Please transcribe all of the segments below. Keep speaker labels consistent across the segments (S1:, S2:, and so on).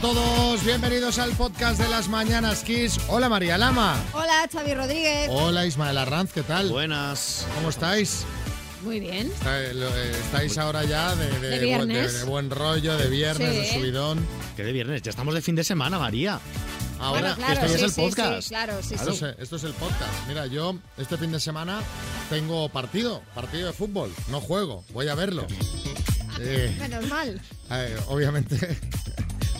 S1: todos, bienvenidos al podcast de las Mañanas Kiss. Hola María Lama.
S2: Hola, Xavi Rodríguez.
S1: Hola Ismael Arranz, ¿qué tal?
S3: Buenas.
S1: ¿Cómo estáis?
S2: Muy bien.
S1: Está- lo- eh, Estáis ahora ya de, de-
S2: De
S1: bu-
S2: viernes.
S1: de- de buen rollo, de viernes,
S2: Sí.
S1: de subidón.
S3: Que de viernes, ya estamos de fin de semana, María.
S1: Ahora,
S2: bueno, claro,
S3: esto ya es
S2: sí,
S3: el
S2: sí,
S3: podcast.
S2: sí, claro, sí,
S1: esto,
S2: sí.
S1: Es, esto es el podcast. Mira, yo este fin de semana tengo partido, partido de fútbol. No juego, voy a verlo. Eh,
S2: Menos mal.
S1: A ver, eh, obviamente.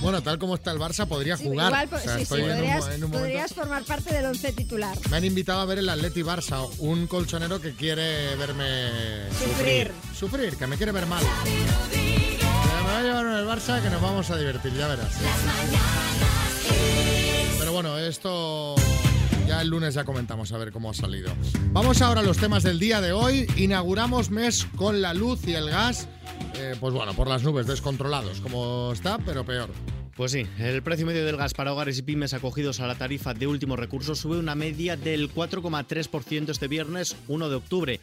S1: Bueno, tal como está el Barça, podría
S2: Sí,
S1: jugar.
S2: igual, po-
S1: O sea,
S2: sí, sí,
S1: estoy en un mo-
S2: podrías,
S1: en un momento-
S2: podrías formar parte del once titular.
S1: Me han invitado a ver el Atleti Barça, un colchonero que quiere verme
S2: Sufrir.
S1: Sufrir, que me quiere ver mal. Pero me va a llevar en el Barça que nos vamos a divertir, ya verás. Pero bueno, esto ya el lunes ya comentamos a ver cómo ha salido. Vamos ahora a los temas del día de hoy. Inauguramos mes con la luz y el gas. eh, pues bueno, por las nubes, descontrolados, como está, pero peor.
S3: Pues sí, el precio medio del gas para hogares y pymes acogidos a la tarifa de último recurso sube una media del 4,3% este viernes 1 de octubre.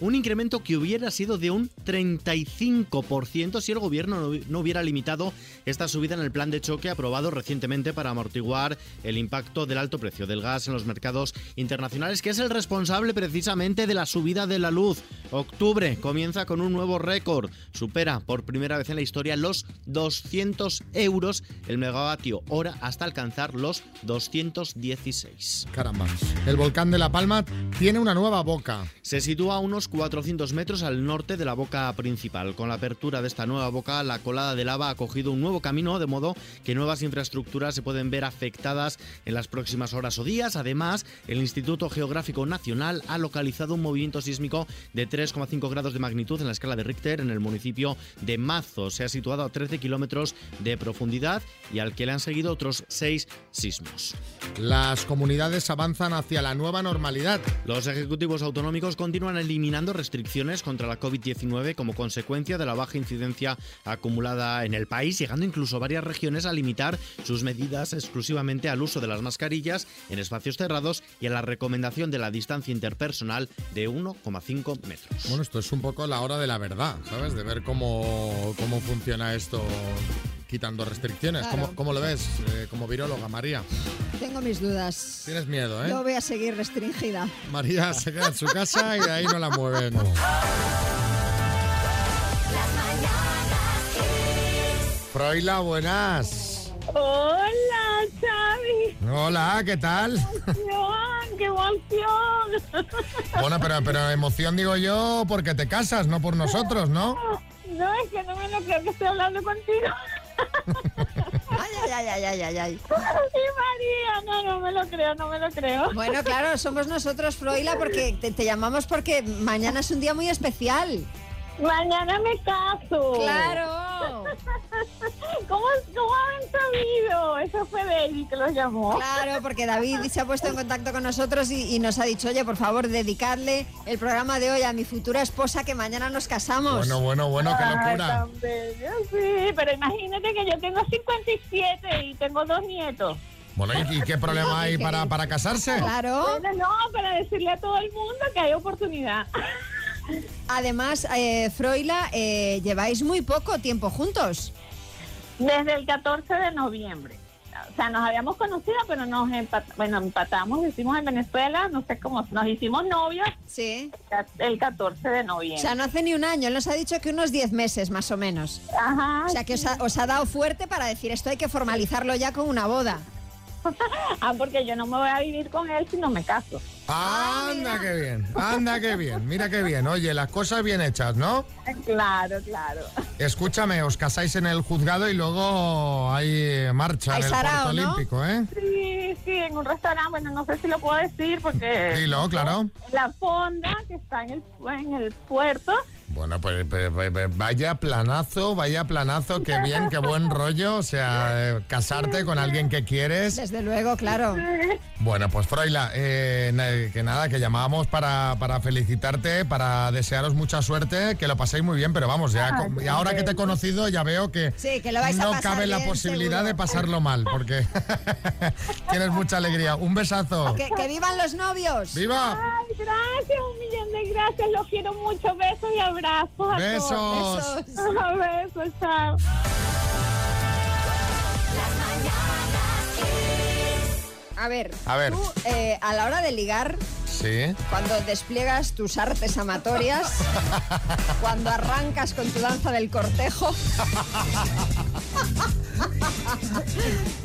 S3: Un incremento que hubiera sido de un 35% si el gobierno no hubi- no hubiera limitado esta subida en el plan de choque aprobado recientemente para amortiguar el impacto del alto precio del gas en los mercados internacionales, que es el responsable precisamente de la subida de la luz. Octubre comienza con un nuevo récord. Supera por primera vez en la historia los 200 euros el megavatio hora hasta alcanzar los 216.
S1: Caramba. El volcán de La Palma tiene una nueva boca.
S3: Se sitúa a unos 400 metros al norte de la boca principal. Con la apertura de esta nueva boca, la colada de lava ha cogido un nuevo camino, de modo que nuevas infraestructuras se pueden ver afectadas en las próximas horas o días. Además, el Instituto Geográfico Nacional ha localizado un movimiento sísmico de 3,5 grados de magnitud en la escala de Richter en el municipio de Mazo. Se ha situado a 13 kilómetros de profundidad y al que le han seguido otros 6 sismos.
S1: Las comunidades avanzan hacia la nueva normalidad.
S3: Los ejecutivos autonómicos continúan eliminando restricciones contra la COVID-19 como consecuencia de la baja incidencia acumulada en el país, llegando incluso varias regiones a limitar sus medidas exclusivamente al uso de las mascarillas en espacios cerrados y a la recomendación de la distancia interpersonal de 1,5 metros.
S1: Bueno, esto es un poco la hora de la verdad, ¿sabes? De ver cómo, cómo funciona esto quitando restricciones.
S2: Claro.
S1: ¿Cómo, cómo lo ves eh, como viróloga, María?
S2: Tengo mis dudas.
S1: Tienes miedo, ¿eh?
S2: Yo voy a seguir restringida.
S1: María se queda en su casa y de ahí no la mueven. Froila, buenas.
S4: Hola, Xavi.
S1: Hola, ¿qué tal?
S4: Joan, ¡Qué emoción!
S1: Bueno, pero, pero emoción digo yo porque te casas, no por nosotros, ¿no?
S4: No, es que no me lo creo que estoy hablando contigo.
S2: Ay, ay, ay, ay, ay, ay, ay.
S4: Y María, no, no me lo creo, no me lo creo.
S2: Bueno, claro, somos nosotros, Froila, porque te, te llamamos porque mañana es un día muy especial.
S4: Mañana me caso.
S2: Claro,
S4: ¿Cómo, cómo han sabido? Eso fue David que los llamó.
S2: claro, porque David se ha puesto en contacto con nosotros y, y nos ha dicho, oye, por favor, dedicadle el programa de hoy a mi futura esposa que mañana nos casamos.
S1: Bueno, bueno, bueno, qué
S4: Ay,
S1: locura.
S4: tan bello, sí, pero imagínate que yo tengo 57 y tengo dos nietos.
S1: Bueno, ¿y, y qué problema hay para, para casarse?
S2: Claro.
S4: Bueno, no, para decirle a todo el mundo que hay oportunidad.
S2: Además, eh, Froila, eh, lleváis muy poco tiempo juntos.
S4: Desde el 14 de noviembre. O sea, nos habíamos conocido, pero nos empat- bueno, empatamos, decimos en Venezuela, no sé cómo, nos hicimos novios
S2: Sí.
S4: el 14 de
S2: O
S4: noviembre.
S2: sea, no hace ni un año. Él nos ha dicho que unos 10 meses, más o menos.
S4: Ajá.
S2: O sea, que os ha, os ha dado fuerte para decir esto hay que formalizarlo ya con una boda.
S4: Ah, porque yo no me voy a vivir con él si no me caso.
S1: Anda, qué bien, anda, qué bien, mira qué bien. Oye, las cosas bien hechas, ¿no?
S4: Claro, claro.
S1: Escúchame, os casáis en el juzgado y luego hay eh, marcha
S2: Hay
S1: en el
S2: sarao,
S1: Puerto
S2: ¿no?
S1: Olímpico, ¿eh?
S4: Sí, sí, en un restaurante, bueno, no sé si lo puedo decir porque...
S1: Dilo, claro.
S4: La fonda que está en el, en el puerto.
S1: Bueno, pues, pues, pues, pues, vaya planazo, vaya planazo, qué bien, qué buen rollo. O sea, eh, casarte con alguien que quieres.
S2: Desde luego, claro.
S1: Bueno, pues Froila, eh, na- que nada, que llamábamos para, para felicitarte, para desearos mucha suerte, que lo paséis muy bien, pero vamos,
S2: Ah,
S1: ya co- y ahora que te he conocido ya veo que
S2: Sí, que lo vais a
S1: no
S2: pasar
S1: cabe la
S2: bien,
S1: posibilidad
S2: seguro.
S1: de pasarlo mal, porque tienes mucha alegría. Un besazo.
S2: Que, que vivan los novios.
S1: Ah. ¡Viva!
S4: Ay, gracias, un millón de gracias. Los quiero mucho. Besos y abrazos. a
S1: Besos.
S4: todos.
S2: Besos.
S4: Besos, chao.
S5: Las mañanas
S2: A ver,
S1: A ver.
S2: tú eh, a la hora de ligar,
S1: Sí.
S2: cuando despliegas tus artes amatorias, cuando arrancas con tu danza del cortejo,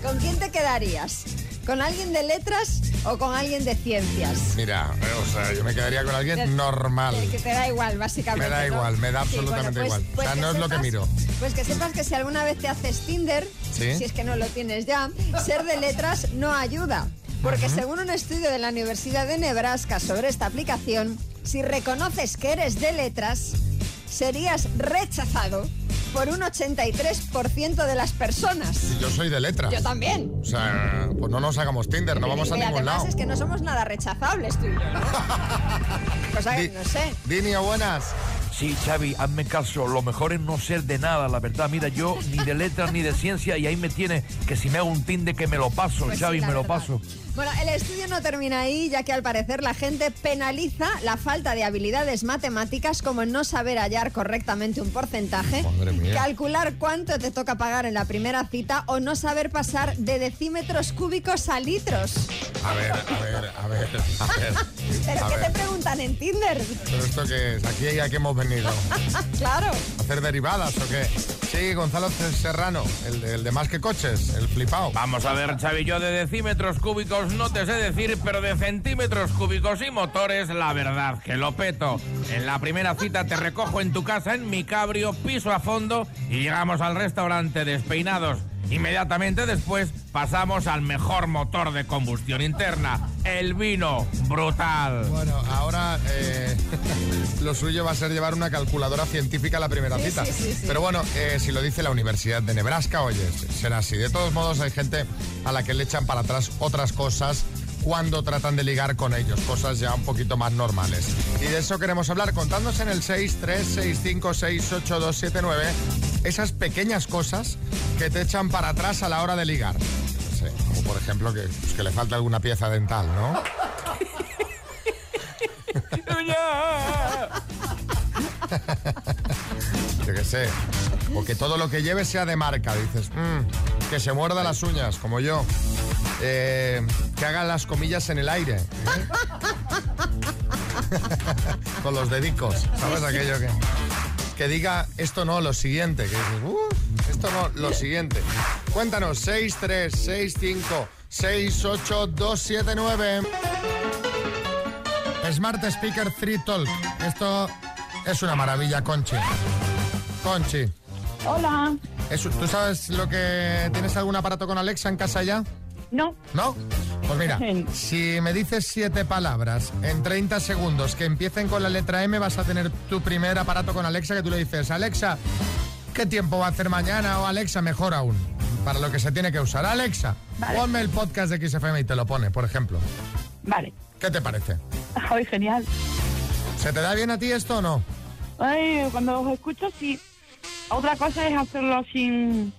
S2: ¿con quién te quedarías? ¿Con alguien de letras o con alguien de ciencias?
S1: Mira, eh, o sea, yo me quedaría con alguien normal.
S2: Que te da igual, básicamente.
S1: Me da
S2: ¿no?
S1: igual, me da
S2: Sí,
S1: absolutamente
S2: bueno, pues-
S1: igual.
S2: pues
S1: o sea, no es lo que
S2: sepas-
S1: miro.
S2: Pues que sepas que si alguna vez te haces Tinder,
S1: Sí.
S2: si es que no lo tienes ya, ser de letras no ayuda. Porque según un estudio de la Universidad de Nebraska sobre esta aplicación, si reconoces que eres de letras, serías rechazado por un 83% de las personas.
S1: Yo soy de letras.
S2: Yo también.
S1: O sea, pues no nos hagamos Tinder, no vamos a
S2: y
S1: ningún
S2: además
S1: lado.
S2: es que no somos nada rechazables tú y yo, ¿no? Cosa que
S1: Di-
S2: no sé.
S1: Dini, o buenas.
S5: Sí, Xavi, hazme caso, lo mejor es no ser de nada, la verdad. Mira, yo ni de letras ni de ciencia y ahí me tiene que si me hago un tinde que me lo paso,
S2: Pues sí,
S5: Xavi,
S2: la
S5: me lo
S2: verdad.
S5: paso.
S2: Bueno, el estudio no termina ahí, ya que al parecer la gente penaliza la falta de habilidades matemáticas como no saber hallar correctamente un porcentaje,
S1: Madre mía.
S2: calcular cuánto te toca pagar en la primera cita o no saber pasar de decímetros cúbicos a litros.
S1: A ver, a ver, a ver, a ver.
S2: ¿Pero
S1: A
S2: qué te
S1: ver.
S2: preguntan en Tinder?
S1: ¿Pero esto qué es? ¿Aquí a qué hemos venido?
S2: claro.
S1: ¿A hacer derivadas o qué? Sí, Gonzalo Serrano, el, el de más que coches, el flipao.
S5: Vamos a ver, Xavi, yo de decímetros cúbicos no te sé decir, pero de centímetros cúbicos y motores, la verdad que lo peto. En la primera cita te recojo en tu casa, en mi cabrio, piso a fondo y llegamos al restaurante despeinados. Inmediatamente después pasamos al mejor motor de combustión interna, el vino brutal.
S1: Bueno, ahora eh, lo suyo va a ser llevar una calculadora científica a la primera
S2: Sí,
S1: cita.
S2: sí, sí, sí.
S1: Pero bueno, eh, si lo dice la Universidad de Nebraska, oye, será así. De todos modos, hay gente a la que le echan para atrás otras cosas cuando tratan de ligar con ellos, cosas ya un poquito más normales. Y de eso queremos hablar contándose en el 636568279 esas pequeñas cosas que te echan para atrás a la hora de ligar. No sé, como por ejemplo que, pues, que le falta alguna pieza dental, ¿no? Yo qué sé. O que todo lo que lleves sea de marca, dices. "Mm, que se muerda las uñas, como yo. Eh, que haga las comillas en el aire. ¿eh? Con los dedicos. ¿Sabes aquello que.? Que diga esto no, lo siguiente. Que dices, "Uf, esto no, lo siguiente. Cuéntanos, 6, 3, 6, 5, 6, 8, 2, 7, 9. Smart Speaker 3 Talk. Esto es una maravilla, Conchi. Conchi,
S4: Hola.
S1: es- ¿tú sabes lo que... ¿Tienes algún aparato con Alexa en casa ya?
S4: No,
S1: ¿No? Pues mira, si me dices siete palabras en 30 segundos que empiecen con la letra M, vas a tener tu primer aparato con Alexa que tú le dices, Alexa, ¿qué tiempo va a hacer mañana? O Alexa, mejor aún, para lo que se tiene que usar. Alexa, ponme el podcast de XFM y te lo pone, por ejemplo.
S4: vale.
S1: ¿Qué te parece?
S4: Ay, genial.
S1: ¿Se te da bien a ti esto o no?
S4: Ay, cuando los escucho, sí. Otra cosa es hacerlo sin...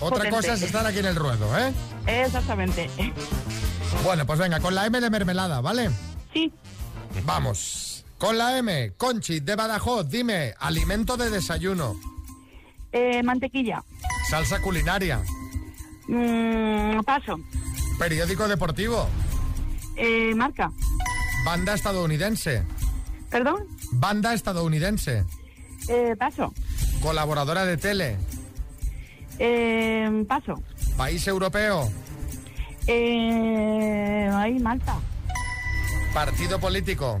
S1: Otra
S4: Potente.
S1: cosa es estar aquí en el ruedo, ¿eh?
S4: Exactamente.
S1: Bueno, pues venga, con la M de mermelada, ¿vale?
S4: Sí.
S1: Vamos. Con la M, Conchi de Badajoz, dime, alimento de desayuno,
S4: Eh, mantequilla.
S1: salsa culinaria,
S4: Mm, paso.
S1: periódico deportivo,
S4: Eh, marca.
S1: banda estadounidense,
S4: Perdón.
S1: banda estadounidense,
S4: Eh, paso.
S1: colaboradora de tele,
S4: Eh, paso.
S1: país europeo,
S4: Eh, ay, Malta.
S1: partido político,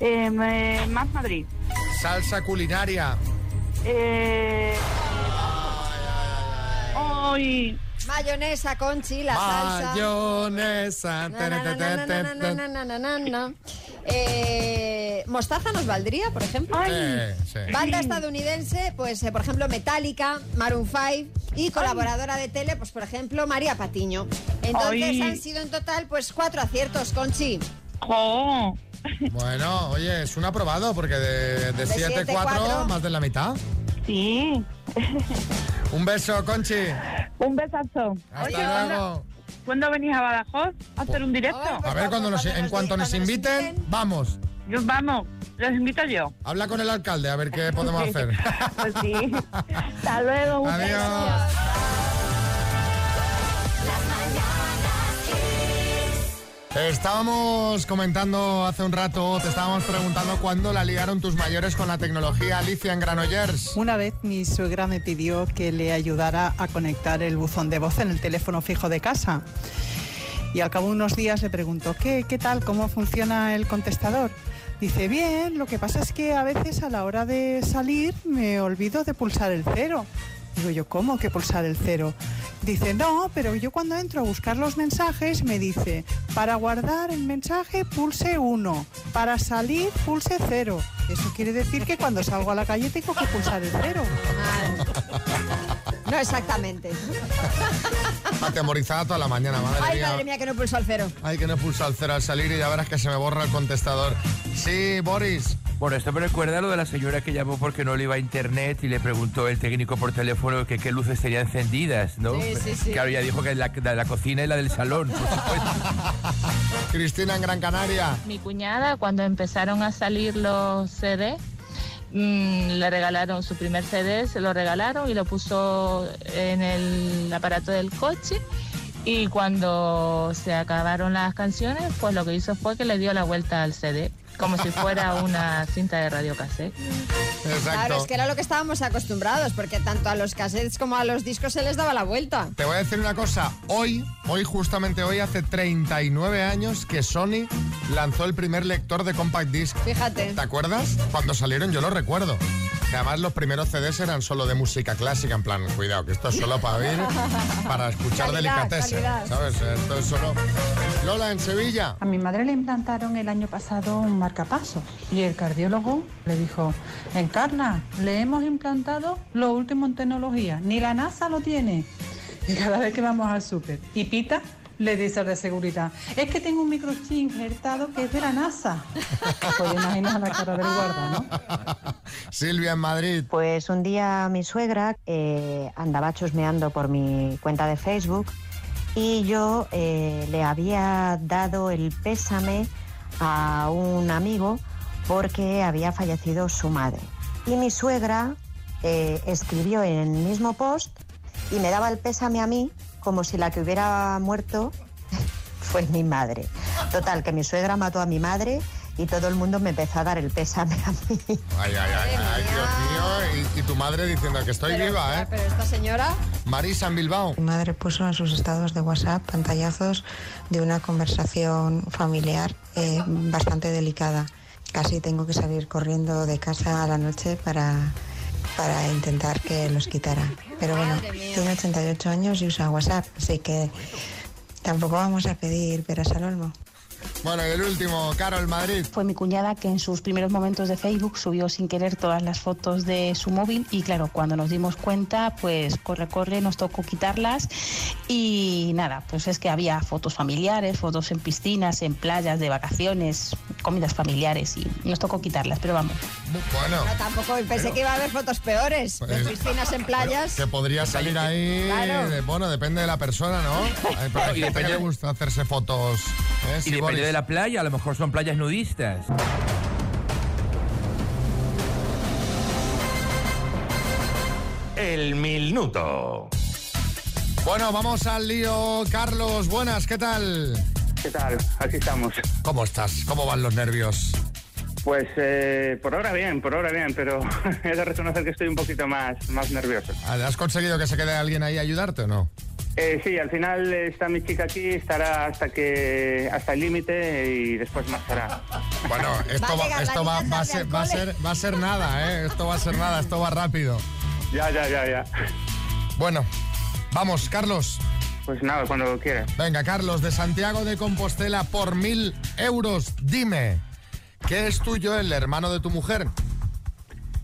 S4: Eh, me- más Madrid.
S1: salsa culinaria,
S4: Eh, ay,
S2: Mayonesa, conchi, la salsa.
S1: mayonesa.
S2: Na, na, na, na, na, na, na, na, na, na, na. Eh, ¿Mostaza nos valdría, por ejemplo?
S4: ay.
S1: Sí, sí.
S2: Banda estadounidense, pues eh, por ejemplo Metallica, Maroon 5 y colaboradora de tele, pues por ejemplo María Patiño. Entonces
S4: Ay.
S2: han sido en total pues cuatro aciertos, Conchi.
S4: Jo.
S1: Bueno, oye, es un aprobado porque de
S2: siete,
S1: 7
S2: cuatro.
S1: 4 más de la mitad.
S4: Sí.
S1: Un beso, Conchi.
S4: Un besazo.
S1: Hasta
S4: Oye,
S1: luego.
S4: ¿Cuándo venís a Badajoz a hacer un directo?
S1: Ah, A ver, cuando nos, en cuanto nos inviten, vamos.
S4: Yo- vamos, los invito yo.
S1: Habla con el alcalde a ver qué podemos hacer.
S4: Pues sí. Hasta luego. un beso.
S1: Adiós.
S6: Las mañanas Kiss.
S1: Estábamos comentando hace un rato, te estábamos preguntando cuándo la ligaron tus mayores con la tecnología Alicia en Granollers.
S6: Una vez mi suegra me pidió que le ayudara a conectar el buzón de voz en el teléfono fijo de casa. Y al cabo de unos días le pregunto, ¿qué, qué tal? ¿Cómo funciona el contestador? Dice, bien, lo que pasa es que a veces a la hora de salir me olvido de pulsar el cero. Digo yo, ¿cómo que pulsar el cero? Dice, no, pero yo cuando entro a buscar los mensajes me dice, para guardar el mensaje pulse 1, para salir pulse 0. Eso quiere decir que cuando salgo a la calle tengo que pulsar el cero.
S2: Ah. No exactamente.
S1: Atemorizada toda la mañana, madre
S2: Ay,
S1: mía.
S2: madre mía, que no pulso al cero.
S1: Ay, que no pulsa el cero al salir y ya verás que se me borra el contestador. Sí, Boris.
S7: Bueno, esto me recuerda a lo de la señora que llamó porque no le iba a internet y le preguntó el técnico por teléfono que qué luces tenían encendidas, ¿no?
S2: Sí, sí, sí.
S7: Claro, ya dijo que la, la, la cocina y la del salón, por supuesto.
S1: Cristina en Gran Canaria.
S8: Mi cuñada, cuando empezaron a salir los CD, mm, le regalaron su primer CD, se lo regalaron y lo puso en el aparato del coche. Y cuando se acabaron las canciones, pues lo que hizo fue que le dio la vuelta al CD, como si fuera una cinta de radio cassette.
S2: Claro,
S1: Exacto.
S2: es que era lo que estábamos acostumbrados, porque tanto a los cassettes como a los discos se les daba la vuelta.
S1: Te voy a decir una cosa. Hoy, hoy justamente hoy, hace 39 años que Sony lanzó el primer lector de compact disc.
S2: Fíjate.
S1: ¿Te acuerdas? Cuando salieron yo lo recuerdo. Que además los primeros CDs eran solo de música clásica, en plan, cuidado, que esto es solo para oír, para escuchar
S2: Calidad,
S1: delicatessen,
S2: calidad.
S1: ¿sabes? Esto es solo... Lola, en Sevilla.
S9: A mi madre le implantaron el año pasado un marcapaso y el cardiólogo le dijo, Encarna, le hemos implantado lo último en tecnología, ni la NASA lo tiene. Y cada vez que vamos al súper y pita, le dice al de seguridad, es que tengo un microchip injertado que es de la NASA. Pues imaginas la cara del guarda, ¿no?
S1: Silvia, en Madrid.
S10: Pues un día mi suegra eh, andaba chusmeando por mi cuenta de Facebook y yo eh, le había dado el pésame a un amigo porque había fallecido su madre. Y mi suegra eh, escribió en el mismo post y me daba el pésame a mí como si la que hubiera muerto fue mi madre. Total, que mi suegra mató a mi madre y todo el mundo me empezó a dar el pésame a mí.
S1: Ay, ay, ay, ay,
S2: mía.
S1: Dios mío. Y, y tu madre diciendo que estoy
S2: Pero,
S1: viva, ¿eh?
S2: Pero esta señora,
S1: Marisa, en Bilbao.
S9: Mi madre puso en sus estados de WhatsApp pantallazos de una conversación familiar eh, bastante delicada. Casi tengo que salir corriendo de casa a la noche para, para intentar que los quitara. Pero bueno,
S2: Madre mía.
S9: tiene 88 años y usa WhatsApp, así que tampoco vamos a pedir peras al olmo.
S1: Bueno, y el último, Carol, Madrid.
S8: Fue mi cuñada que en sus primeros momentos de Facebook subió sin querer todas las fotos de su móvil y claro, cuando nos dimos cuenta, pues corre, corre, nos tocó quitarlas y nada, pues es que había fotos familiares, fotos en piscinas, en playas, de vacaciones, comidas familiares y nos tocó quitarlas, pero vamos.
S1: Bueno,
S2: no, tampoco pensé que iba a haber fotos peores. De
S1: Pues-
S2: piscinas en playas.
S1: que podría salir ahí...
S2: Claro.
S1: de- bueno, depende de la persona, ¿no? Ay, pero hay
S7: Y
S1: gente que
S7: depende-
S1: le gusta hacerse fotos. ¿eh? Sí,
S7: Y depende
S1: Boris.
S7: de la playa, a lo mejor son playas nudistas.
S11: El minuto.
S1: Bueno, vamos al lío. Carlos, buenas, ¿qué tal?
S11: ¿Qué tal? Aquí estamos.
S1: ¿Cómo estás? ¿Cómo van los nervios?
S11: Pues eh, por ahora bien, por ahora bien, pero he de reconocer que estoy un poquito más, más nervioso.
S1: Ah, ¿Has conseguido que se quede alguien ahí a ayudarte o no?
S11: Eh, sí, al final está mi chica aquí, estará hasta que hasta el límite y después marchará.
S1: Bueno,
S2: Va a
S1: esto va,
S2: llegar la
S1: esto va,
S2: niña
S1: va a
S2: tarde
S1: ser,
S2: al
S1: va, a
S2: cole.
S1: ser, va a ser nada, ¿eh? Esto va a ser nada, esto va rápido.
S11: Ya, ya, ya, ya.
S1: Bueno, vamos, Carlos.
S11: Pues nada, cuando quieras.
S1: Venga, Carlos, de Santiago de Compostela por mil euros. Dime, ¿qué es tuyo el hermano de tu mujer?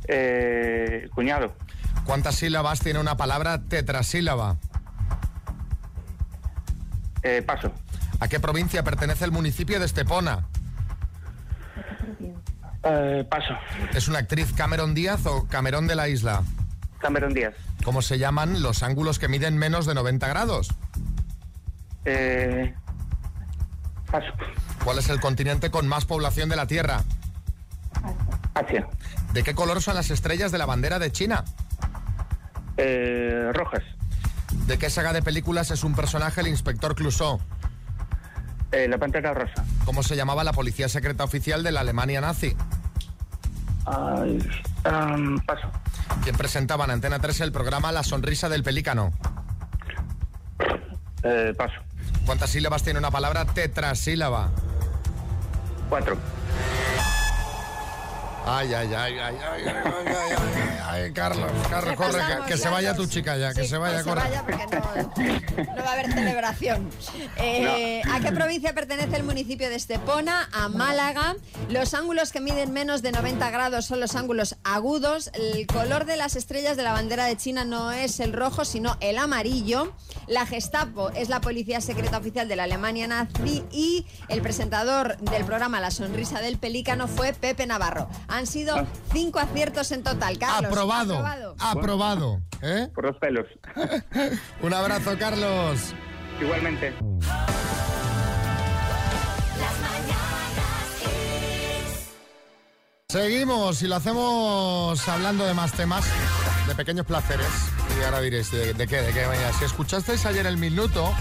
S11: Eh, cuñado,
S1: ¿Cuántas sílabas tiene una palabra tetrasílaba?
S11: eh, paso.
S1: ¿A qué provincia pertenece el municipio de Estepona?
S11: Eh, paso.
S1: ¿Es una actriz Cameron Díaz o Camerón de la Isla?
S11: Cameron Díaz.
S1: ¿Cómo se llaman los ángulos que miden menos de 90 grados?
S11: Eh, paso.
S1: ¿Cuál es el continente con más población de la Tierra?
S11: Asia.
S1: ¿De qué color son las estrellas de la bandera de China?
S11: Eh, Rojas.
S1: ¿De qué saga de películas es un personaje el inspector Clouseau?
S11: Eh, la Pantera Rosa.
S1: ¿Cómo se llamaba la policía secreta oficial de la Alemania nazi?
S11: Ay, um, paso.
S1: ¿Quién presentaba en Antena 3 el programa La Sonrisa del Pelícano?
S11: Eh, paso.
S1: ¿Cuántas sílabas tiene una palabra tetrasílaba?
S11: Cuatro.
S1: Ay, ay, ay, ay, ay, ay, ay, ay, ay, ay, Carlos, Carlos,
S2: Te
S1: corre, que-
S2: pasamos,
S1: que, se
S2: ya,
S1: vaya
S2: Carlos.
S1: tu chica ya, que
S2: Sí,
S1: se vaya,
S2: que se
S1: corre.
S2: vaya porque no, no va a haber celebración. Eh, ¿A qué provincia pertenece el municipio de Estepona? A Málaga. Los ángulos que miden menos de 90 grados son los ángulos agudos. El color de las estrellas de la bandera de China no es el rojo, sino el amarillo. La Gestapo es la policía secreta oficial de la Alemania nazi y el presentador del programa La Sonrisa del Pelícano fue Pepe Navarro. Han sido cinco aciertos en total. Carlos,
S1: aprobado,
S2: aprobado.
S1: aprobado. ¿eh?
S11: Por los pelos.
S1: Un abrazo, Carlos.
S11: Igualmente.
S1: Seguimos y lo hacemos hablando de más temas, de pequeños placeres. Y ahora diréis, ¿de, de qué? ¿De qué? Venga, si escuchasteis ayer el minuto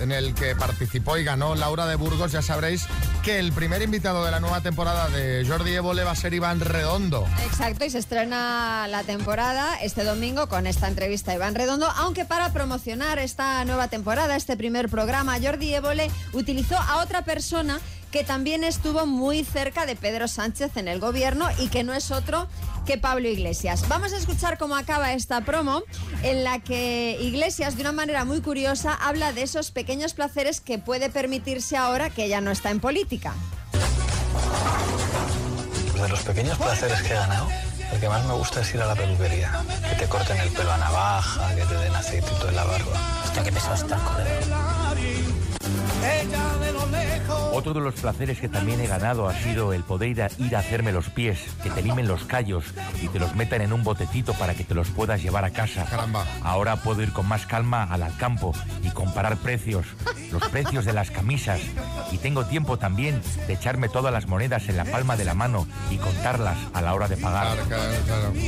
S1: en el que participó y ganó Laura de Burgos, ya sabréis que el primer invitado de la nueva temporada de Jordi Évole va a ser Iván Redondo.
S2: Exacto, y se estrena la temporada este domingo con esta entrevista a Iván Redondo, aunque para promocionar esta nueva temporada, este primer programa, Jordi Évole utilizó a otra persona que también estuvo muy cerca de Pedro Sánchez en el gobierno y que no es otro que Pablo Iglesias. Vamos a escuchar cómo acaba esta promo en la que Iglesias de una manera muy curiosa habla de esos pequeños placeres que puede permitirse ahora que ya no está en política.
S12: Pues de los pequeños placeres que he ganado, el que más me gusta es ir a la peluquería. Que te corten el pelo a navaja, que te den aceitito en la barba. Hostia, qué pesado está,
S7: Otro de los placeres que también he ganado ha sido el poder ir a, ir a hacerme los pies, que te limen los callos y te los metan en un botecito para que te los puedas llevar a casa.
S1: Caramba.
S7: Ahora puedo ir con más calma al campo y comparar precios, los precios de las camisas. Y tengo tiempo también de echarme todas las monedas en la palma de la mano y contarlas a la hora de pagar.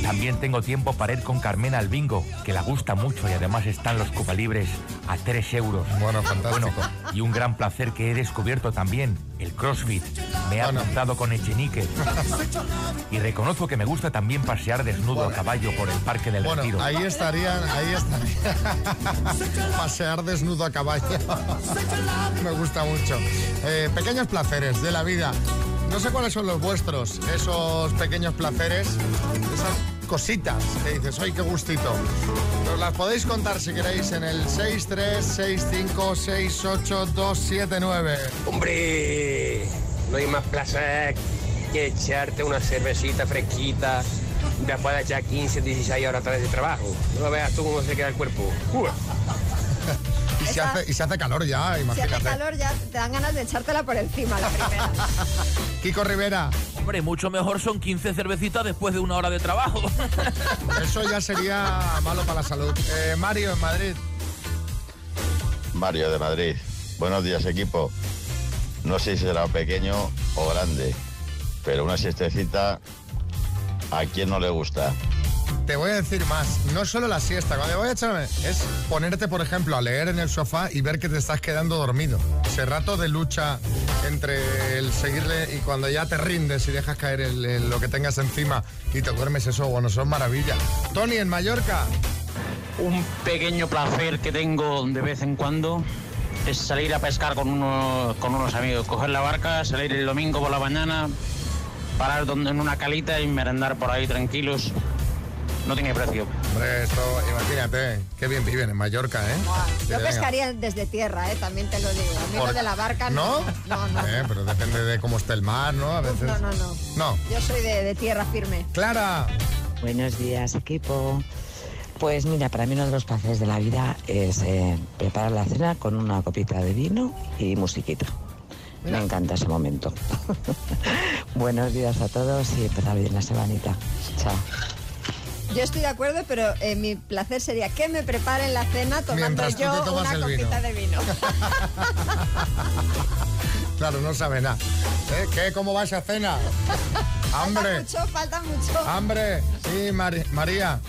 S7: También tengo tiempo para ir con Carmena al bingo, que la gusta mucho y además están los Cuba Libres a 3 euros.
S1: Bueno, fantástico.
S7: y un gran placer que he descubierto también, el CrossFit. Me he apuntado con Echenique. y reconozco que me gusta también pasear desnudo a caballo por el Parque del
S1: Bueno,
S7: Retiro.
S1: ahí estarían, ahí estarían. Pasear desnudo a caballo. Me gusta mucho. Eh, pequeños placeres de la vida. No sé cuáles son los vuestros, esos pequeños placeres, esas cositas que dices, ¡ay, qué gustito! Nos las podéis contar si queréis en el 636568279.
S13: Hombre, no hay más placer que echarte una cervecita fresquita después de echar 15, 16 horas atrás de trabajo. No veas tú cómo se queda el cuerpo. ¡Uah!
S1: Y se, hace, y se hace calor ya,
S2: Si hace
S1: imagínate.
S2: calor ya te dan ganas de echártela por encima la primera.
S1: Kiko Rivera.
S5: Hombre, mucho mejor son 15 cervecitas después de una hora de trabajo.
S1: Eso ya sería malo para la salud. Eh, Mario en Madrid.
S14: Mario de Madrid. Buenos días, equipo. No sé si será pequeño o grande, pero una siestecita, ¿a quién no le gusta?
S1: Te voy a decir más, no es solo la siesta, cuando voy a echarme, es ponerte, por ejemplo, a leer en el sofá y ver que te estás quedando dormido. Ese rato de lucha entre el seguirle y cuando ya te rindes y dejas caer el- el- lo que tengas encima y te duermes, eso, bueno, son maravillas. Tony en Mallorca.
S15: Un pequeño placer que tengo de vez en cuando es salir a pescar con unos, con unos amigos, coger la barca, salir el domingo por la mañana, parar donde, en una calita y merendar por ahí tranquilos. No tiene precio.
S1: Hombre, esto, imagínate, qué bien viven en Mallorca, ¿eh? Sí,
S2: Yo
S1: venga.
S2: pescaría desde tierra, ¿eh? también te lo digo. A mí lo
S1: Por-
S2: de la barca
S1: ¿No?
S2: no. No, no.
S1: Eh, pero depende de cómo esté el mar, ¿no? A veces...
S2: No, no, no.
S1: No.
S2: Yo soy de, de tierra firme.
S1: Clara.
S16: Buenos días, equipo. Pues mira, para mí uno de los placeres de la vida es eh, preparar la cena con una copita de vino y musiquita. Me encanta ese momento. Buenos días a todos y empezar bien la semanita. Chao.
S2: Yo estoy de acuerdo, pero eh, mi placer sería que me preparen la cena tomando
S1: Mientras tú te
S2: yo
S1: tomas
S2: una
S1: el vino.
S2: copita de vino.
S1: Claro, no sabe nada. ¿Eh? ¿Qué? ¿Cómo vais a cena?
S2: falta
S1: ¡Hambre!
S2: mucho, falta mucho.
S1: ¡Hambre! Sí, Mari- María.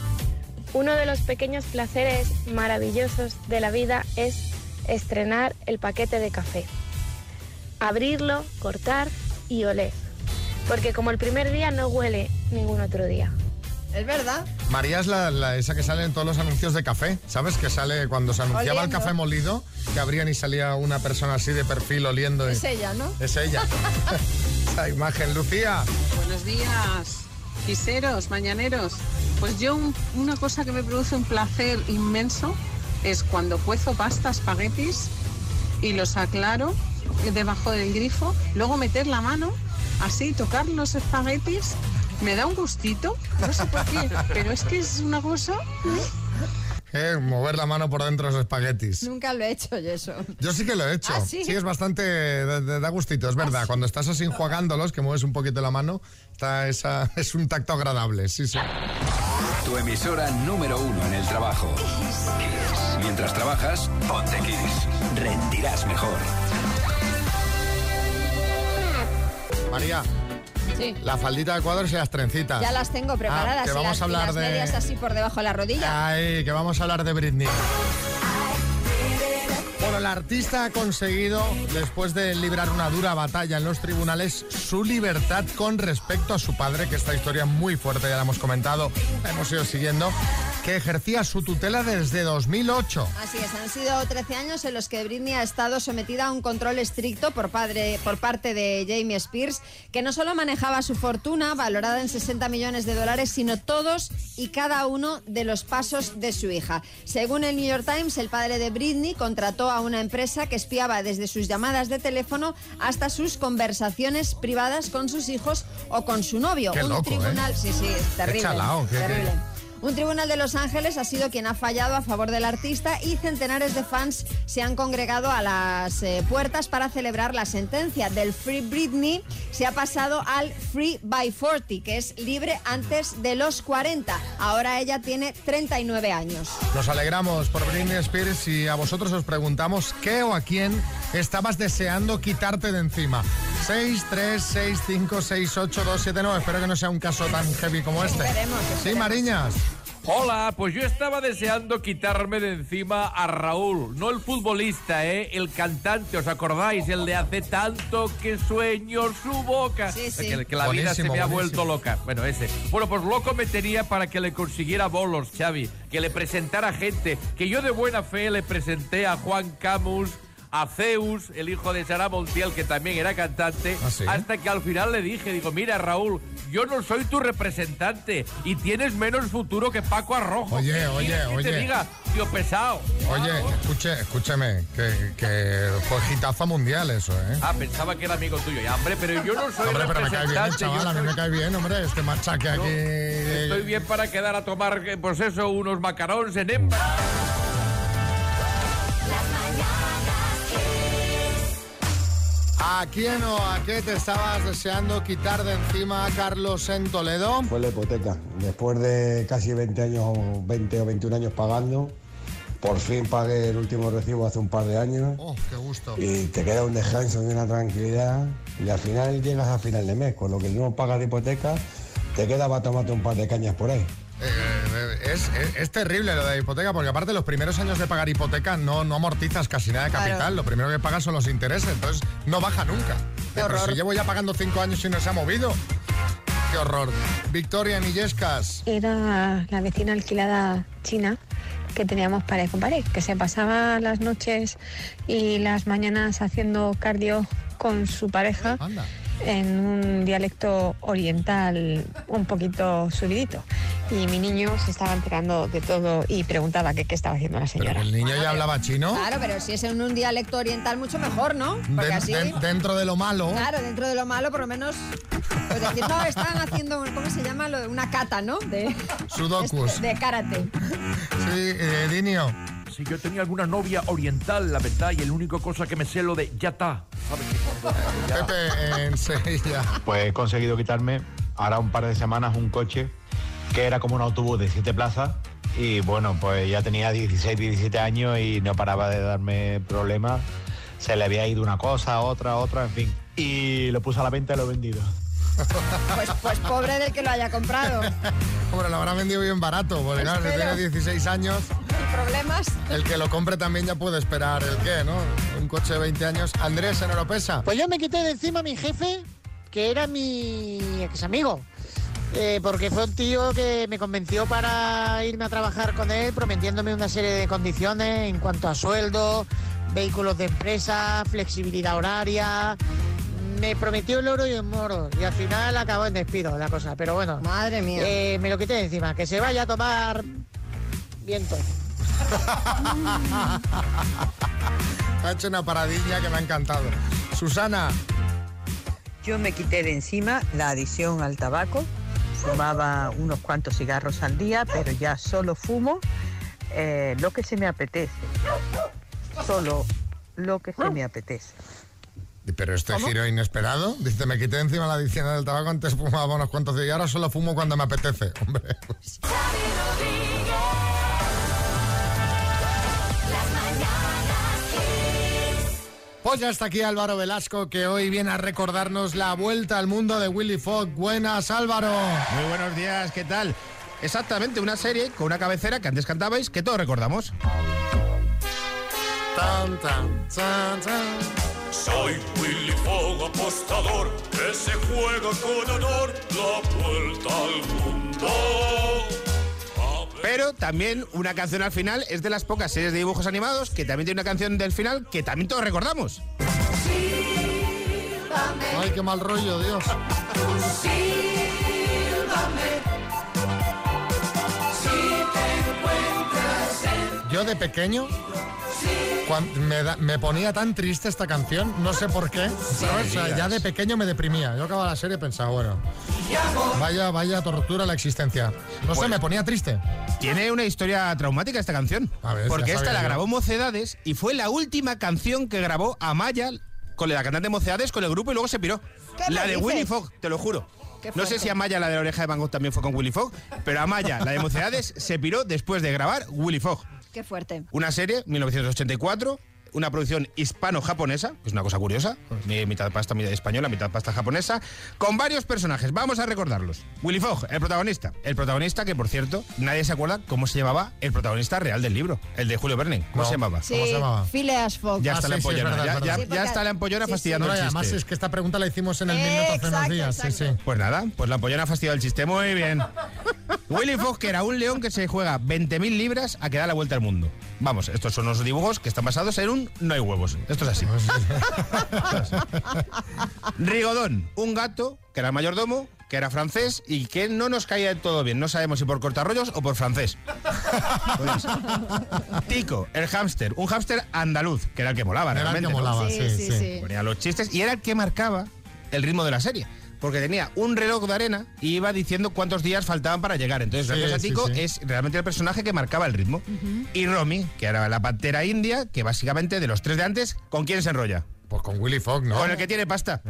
S17: Uno de los pequeños placeres maravillosos de la vida es estrenar el paquete de café. abrirlo, cortar y oler. Porque como el primer día no huele ningún otro día.
S2: ¿Es verdad?
S1: María es la, la- esa que sale en todos los anuncios de café, ¿sabes? Que sale cuando se anunciaba el
S2: Oliendo.
S1: café molido, que abrían y salía una persona así de perfil oliendo. y-
S2: Es ella, ¿no?
S1: Es ella. esa imagen, Lucía.
S18: Buenos días, quiseros, mañaneros. Pues yo un- una cosa que me produce un placer inmenso es cuando cuezo pasta, espaguetis y los aclaro debajo del grifo, luego meter la mano, así tocar los espaguetis, me da un gustito, no sé por qué, pero es que es una cosa...
S1: Eh, mover la mano por dentro de los espaguetis.
S2: Nunca lo he hecho yo eso.
S1: Yo sí que lo he hecho.
S2: ¿Ah, sí? Ah,
S1: es bastante. da- Da da gustito, es verdad. Cuando estás así enjuagándolos, que mueves un poquito la mano, está esa, es un tacto agradable, sí, sí.
S19: Tu emisora número uno en el trabajo. Mientras trabajas, ponte Kiss. Rendirás mejor.
S1: María,
S2: Sí.
S1: la faldita de cuadros y las trencitas.
S2: Ya las tengo preparadas.
S1: Ah, que
S2: y
S1: vamos
S2: las,
S1: a
S2: y
S1: hablar
S2: las
S1: de-
S2: medias así por debajo de la rodilla.
S1: Ay, que vamos a hablar de Britney. Bueno, la artista ha conseguido, después de librar una dura batalla en los tribunales, su libertad con respecto a su padre, que esta historia es muy fuerte, ya la hemos comentado, la hemos ido siguiendo, que ejercía su tutela desde 2008.
S2: Así es, han sido 13 años en los que Britney ha estado sometida a un control estricto por, padre, por parte de Jamie Spears, que no solo manejaba su fortuna, valorada en 60 millones de dólares, sino todos y cada uno de los pasos de su hija. Según el New York Times, el padre de Britney contrató a una empresa que espiaba desde sus llamadas de teléfono hasta sus conversaciones privadas con sus hijos o con su novio.
S1: Qué
S2: un
S1: loco, ¿eh?
S2: tribunal, sí, sí, es terrible.
S1: chalao, qué- qué-
S2: terrible. Un tribunal de Los Ángeles ha sido quien ha fallado a favor del artista y centenares de fans se han congregado a las eh, puertas para celebrar la sentencia. Del Free Britney se ha pasado al Free by 40, que es libre antes de los 40. Ahora ella tiene 39 años.
S1: Nos alegramos por Britney Spears y a vosotros os preguntamos qué o a quién estabas deseando quitarte de encima. 6, 3, 6, 5, 6, 8, 2, 7, 9. Espero que no sea un caso tan heavy como este.
S2: Esperemos, esperemos.
S1: Sí, Mariñas.
S5: Hola, pues yo estaba deseando quitarme de encima a Raúl, no el futbolista, ¿eh? el cantante, ¿os acordáis? El de hace tanto que sueño su boca.
S20: sí.
S5: Que, que la vida se me
S20: Buenísimo,
S5: ha
S20: buenísimo.
S5: vuelto loca. Bueno, ese. Bueno, pues loco me tenía para que le consiguiera bolos, Xavi, que le presentara gente, que yo de buena fe le presenté a Juan Camus. A Zeus, el hijo de Sara Montiel, que también era cantante,
S1: ¿Ah, sí?
S5: hasta que al final le dije, digo, mira Raúl, yo no soy tu representante y tienes menos futuro que Paco Arrojo.
S1: Oye,
S5: ¿Qué quieres
S1: oye,
S5: Que
S1: oye.
S5: te diga, tío pesado.
S1: Oye, escuche, escúchame, que, que fue hitazo mundial eso, ¿eh?
S5: Ah, pensaba que era amigo tuyo. Ya, hombre, pero yo no soy
S1: Hombre, pero me cae bien, el
S5: representante.
S1: chaval,
S5: yo
S1: a mí me cae bien, hombre, este machaque aquí.
S5: estoy bien para quedar a tomar, eh, pues eso, unos macarons en Emba.
S1: ¿A quién o a qué te estabas deseando quitar de encima, Carlos, en Toledo?
S21: Fue la hipoteca. Después de casi 20 años, o 20 o 21 años pagando, por fin pagué el último recibo hace un par de años.
S1: Oh, qué gusto.
S21: Y te queda un descanso y una tranquilidad. Y al final llegas a final de mes, con lo que no pagas de hipoteca, te queda para tomarte un par de cañas por ahí.
S1: Eh, es, es- es terrible lo de la hipoteca, porque aparte los primeros años de pagar hipoteca no, no amortizas casi nada de capital,
S21: Claro.
S1: lo primero que pagas son los intereses, entonces no baja nunca. Eh, pero si llevo ya pagando cinco años y no se ha movido. Qué horror. Victoria Nillescas.
S22: Era la vecina alquilada china que teníamos pared con pared, que se pasaba las noches y las mañanas haciendo cardio con su pareja en un dialecto oriental un poquito subidito. Y mi niño se estaba enterando de todo y preguntaba que qué estaba haciendo la señora.
S1: El niño ya hablaba chino.
S2: Claro, pero si es en un dialecto oriental, mucho mejor, ¿no? Porque
S1: Den-
S2: así.
S1: den- dentro de lo malo.
S2: Claro, dentro de lo malo, por lo menos. Pues decir, no, están haciendo, un- ¿cómo se llama? Lo de- Una cata, ¿no? De,
S5: Este-
S1: Sudokus.
S2: de karate.
S1: Sí, eh, Dinio.
S5: Si yo tenía alguna novia oriental, la verdad, y el único cosa que me sé lo de ya está.
S1: Pepe en Sevilla.
S23: Pues he conseguido quitarme ahora un par de semanas un coche que era como un autobús de siete plazas y bueno, pues ya tenía 16, 17 años y no paraba de darme problemas. Se le había ido una cosa, otra, otra, en fin. Y lo puse a la venta y lo he vendido.
S2: Pues, pues pobre del que lo haya comprado.
S1: Hombre, lo habrá vendido bien barato, porque claro, si
S2: Espero.
S1: tiene 16 años.
S2: problemas.
S1: El que lo compre también ya puede esperar el qué, ¿no? Un coche de 20 años. Andrés, en Oropesa.
S3: Pues yo me quité de encima a mi jefe, que era mi ex amigo. eh, porque fue un tío que me convenció para irme a trabajar con él, prometiéndome una serie de condiciones en cuanto a sueldo, vehículos de empresa, flexibilidad horaria. Me prometió el oro y el moro. Y al final acabó en despido la cosa. Pero bueno. Eh,
S2: Madre mía.
S3: me lo quité de encima. Que se vaya a tomar viento.
S1: Ha hecho una paradilla que me ha encantado. Susana.
S4: Yo me quité de encima la adicción al tabaco. Fumaba unos cuantos cigarros al día, pero ya solo fumo eh, lo que se me apetece. Solo lo que se me apetece.
S1: Pero este
S4: ¿Cómo?
S1: giro inesperado. Dice, me quité encima la adicción del tabaco, antes fumaba unos cuantos cigarros, solo fumo cuando me apetece. Hombre, pues... Pues ya está aquí Álvaro Velasco, que hoy viene a recordarnos la vuelta al mundo de Willy Fogg. Buenas, Álvaro.
S20: Muy buenos días, ¿qué tal? Exactamente, una serie con una cabecera que antes cantabais, que todos recordamos.
S24: Soy Willy Fogg, apostador, que se juega con honor la vuelta al mundo.
S20: Pero también una canción al final es de las pocas series de dibujos animados que también tiene una canción del final que también todos recordamos.
S1: Ay, qué mal rollo, Dios. Yo de pequeño cuan- me, da- me ponía tan triste esta canción, no sé por qué. ¿sabes? O sea,
S25: digas.
S1: ya de pequeño me deprimía. Yo acababa la serie y pensaba, bueno, vaya, vaya tortura la existencia. No sé, me ponía triste.
S20: Pues Tiene una historia traumática esta canción. porque
S1: ya
S20: esta
S1: sabía
S20: la
S1: yo.
S20: grabó Mocedades y fue la última canción que grabó Amaya con la cantante Mocedades con el grupo y luego se piró.
S4: ¿Qué me
S20: La de
S4: dices?
S20: Willy Fogg, te lo juro.
S4: Qué
S20: No sé
S4: fuerte.
S20: si Amaya, la de la oreja de Van Gogh, también fue con Willy Fogg, pero Amaya, la de Mocedades, se piró después de grabar Willy Fogg.
S2: Qué fuerte.
S20: Una serie, 1984, una producción hispano-japonesa, que es una cosa curiosa,
S1: Pues.
S20: mi- mitad pasta mitad española, mitad pasta japonesa, con varios personajes, vamos a recordarlos. Willy Fogg, el protagonista. El protagonista que, por cierto, nadie se acuerda cómo se llamaba el protagonista real del libro, el de Julio Verne. ¿Cómo se llamaba?
S2: Phileas Fogg.
S20: Ya está la empollona, ya- ya- ya está la empollona fastidiando
S1: No,
S20: el
S1: y además
S20: chiste. Eh.
S1: es que esta pregunta la hicimos en el minuto hace unos
S20: Exacto,
S1: días. sí, sí.
S20: Pues nada, pues la pollona ha fastidiado el chiste. Muy bien. Willy Fox, que era un león que se juega 20.000 libras a que da la vuelta al mundo. Vamos, estos son los dibujos que están basados en un no hay huevos. Esto es así. Rigodón, un gato que era mayordomo, que era francés y que no nos caía del todo bien. No sabemos si por cortarrollos o por francés. Pues, Tico, el hámster, un hámster andaluz, que era el que molaba,
S1: Era el
S20: realmente.
S1: que
S20: ¿no?
S1: molaba, Sí, sí, sí, sí. sí.
S20: Ponía los chistes y era el que marcaba el ritmo de la serie. Porque tenía un reloj de arena y iba diciendo cuántos días faltaban para llegar. Entonces,
S1: Sí,
S20: gracias a
S1: sí,
S20: Tico,
S1: sí.
S20: es realmente el personaje que marcaba el ritmo. Y Romy, que era la pantera india, que básicamente de los tres de antes, ¿con quién se enrolla?
S1: Pues con Willy Fogg, ¿no?
S20: Con el que tiene pasta.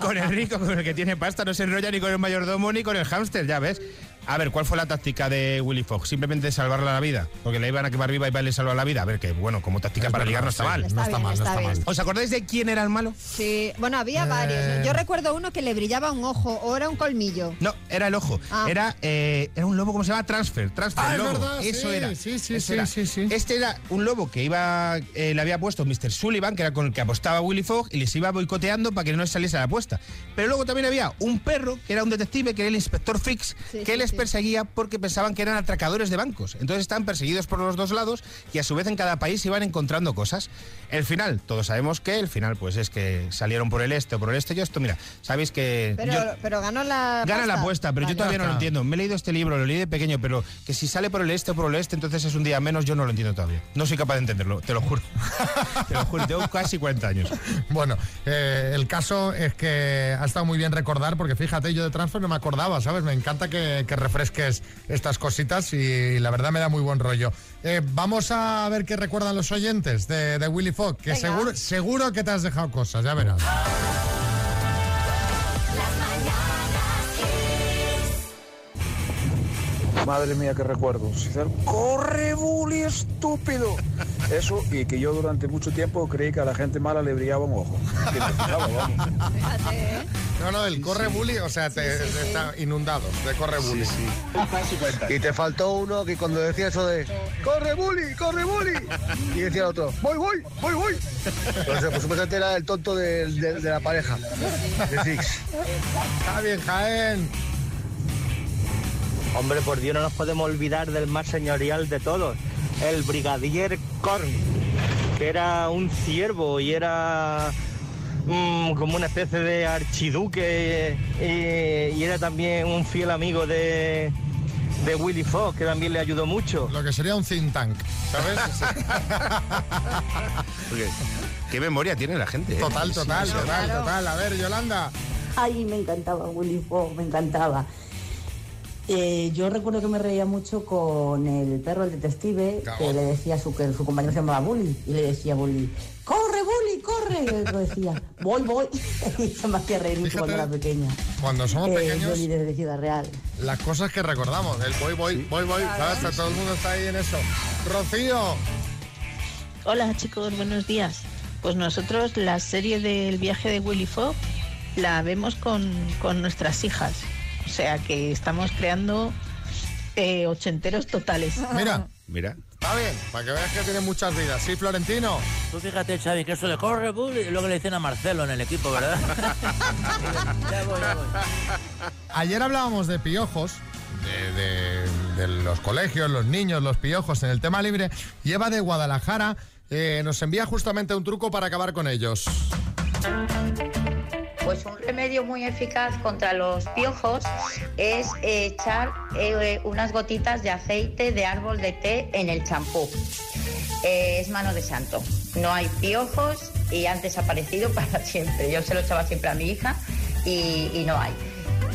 S20: con el rico, con el que tiene pasta, no se enrolla ni con el mayordomo ni con el hámster, ya ves. A ver, ¿cuál fue la táctica de Willy Fox? Simplemente salvarle la vida, porque la iban a quemar viva y le salvar la vida. A ver, que bueno, como táctica para
S1: verdad,
S20: ligar no está
S1: sí.
S20: mal.
S1: Está No está bien, mal, no está está bien. mal.
S20: ¿Os acordáis de quién era el malo? Eh.
S2: Sí, bueno, había varios. ¿no? Yo recuerdo uno que le brillaba un ojo o era un colmillo.
S20: No, era el ojo.
S2: Ah.
S20: Era, eh, era un lobo, ¿cómo se llama? Transfer. Transfer.
S1: Ah, es
S20: lobo.
S1: verdad,
S20: Eso
S1: sí,
S20: era.
S1: sí, sí,
S20: Eso
S1: sí,
S20: era.
S1: sí,
S20: Este era un lobo que iba, eh, le había puesto Mr. Sullivan, que era con el que apostaba Willy Fogg, y les iba boicoteando para que no saliese la apuesta. Pero luego también había un perro, que era un detective, que era el inspector Fix,
S4: Sí,
S20: que
S4: sí,
S20: les
S4: sí.
S20: perseguía porque pensaban que eran atracadores de bancos. Entonces estaban perseguidos por los dos lados y a su vez en cada país iban encontrando cosas. El final, todos sabemos que el final pues es que salieron por el este o por el este. Yo esto, mira, sabéis que...
S2: Pero,
S20: yo-
S2: pero ganó la.
S20: Gana la
S2: pasta.
S20: apuesta, pero yo
S2: Vale.
S20: todavía no lo entiendo. Me he leído este libro, lo leí de pequeño, pero que si sale por el este o por el este, entonces es un día menos, yo no lo entiendo todavía. No soy capaz de entenderlo, te lo juro. te lo juro, tengo casi 40 años.
S1: Bueno, eh, el caso es que ha estado muy bien recordar, porque fíjate, yo de transfer no me acordaba, ¿sabes? Me encanta que, que refresques estas cositas y la verdad me da muy buen rollo. Eh, vamos a ver qué recuerdan los oyentes de, de Willy Fogg, que seguro, seguro que te has dejado cosas, ya verás.
S26: Madre mía, qué recuerdos. Corre, bully, estúpido. Eso, y que yo durante mucho tiempo creí que a la gente mala le brillaba un ojo. Que me fijaba, vamos.
S1: No, no, el corre bully, o sea, te, está inundado de corre bully.
S3: Y te faltó uno que cuando decía eso de ¡Corre, bully! ¡Corre, bully! Y decía el otro ¡Voy, voy! ¡Voy, voy! Entonces, por supuesto, era el tonto del- del- de, la pareja. De Six.
S1: Está bien, Jaén.
S27: Hombre, por Dios, no nos podemos olvidar del más señorial de todos, el brigadier Korn, que era un ciervo y era mm, como una especie de archiduque eh, y era también un fiel amigo de, de Willy Fox, que también le ayudó mucho.
S1: Lo que sería un think tank, ¿sabes?
S20: Porque, qué memoria tiene la gente. ¿eh?
S1: Total,
S20: Sí,
S1: total,
S20: sí,
S1: total, total. A ver, Yolanda.
S18: Ay, me encantaba Willy Fox, me encantaba. Eh, yo recuerdo que me reía mucho con el perro, el detective, que le decía a su, que su compañero se llamaba Bully, y le decía Bully, ¡corre, Bully, corre! Y el otro decía, voy, voy. Y se me hacía reír mucho cuando era pequeña.
S1: Cuando somos
S18: Eh,
S1: pequeños,
S18: Bully desde Ciudad Real.
S1: las cosas que recordamos, el voy, voy, voy, voy,
S18: Claro.
S1: ¿sabes? Todo el mundo está ahí en eso. Rocío.
S28: Hola chicos, buenos días. Pues nosotros la serie del viaje de Willy Fogg la vemos con, con nuestras hijas. O sea que estamos creando eh, ochenteros totales.
S1: Mira.
S20: Mira.
S1: Está bien, para que veas que tiene muchas vidas. Sí, Florentino.
S29: Tú fíjate, Xavi, que eso de corre, bully, es lo que le dicen a Marcelo en el equipo, ¿verdad?
S1: Ayer hablábamos de piojos, de, de- de los colegios, los niños, los piojos en el tema libre. Y Eva de Guadalajara eh, nos envía justamente un truco para acabar con ellos.
S25: Pues un remedio muy eficaz contra los piojos es eh, echar eh, unas gotitas de aceite de árbol de té en el champú. Eh, es mano de santo. No hay piojos y han desaparecido para siempre. Yo se lo echaba siempre a mi hija y, y no hay.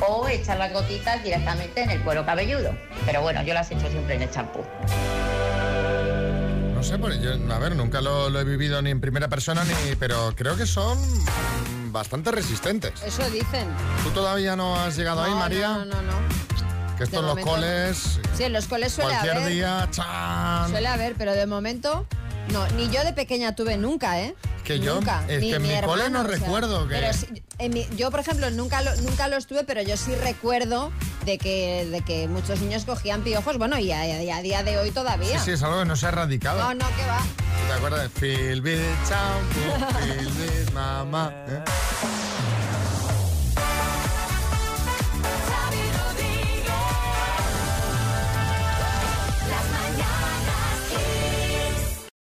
S25: O echar las gotitas directamente en el cuero cabelludo. Pero bueno, yo las echo siempre en el champú.
S1: No sé, pues yo, a ver, nunca lo, lo he vivido ni en primera persona, ni, pero creo que son mm, bastante resistentes.
S2: Eso dicen.
S1: ¿Tú todavía no has llegado ahí,
S2: No,
S1: María?
S2: No, no, no. no.
S1: que
S2: de
S1: esto en los
S2: momento-
S1: coles,
S2: Sí, en los coles suele
S1: cualquier
S2: haber.
S1: día, chan.
S2: Suele haber, pero de momento. No, ni yo de pequeña tuve nunca, ¿eh?
S1: Que yo-
S2: Nunca.
S1: es
S2: Ni
S1: que en mi cole
S2: hermano,
S1: no recuerdo que-
S2: pero sí- en mi- yo, por ejemplo, nunca, lo, nunca los tuve, pero yo sí recuerdo de que, de que muchos niños cogían piojos, bueno, y a, y a día de hoy
S1: Sí,
S2: todavía.
S1: sí, es algo que no se ha erradicado.
S2: no, no, que va.
S1: ¿Te acuerdas? Feel with shampoo, feel with mama. ¿eh?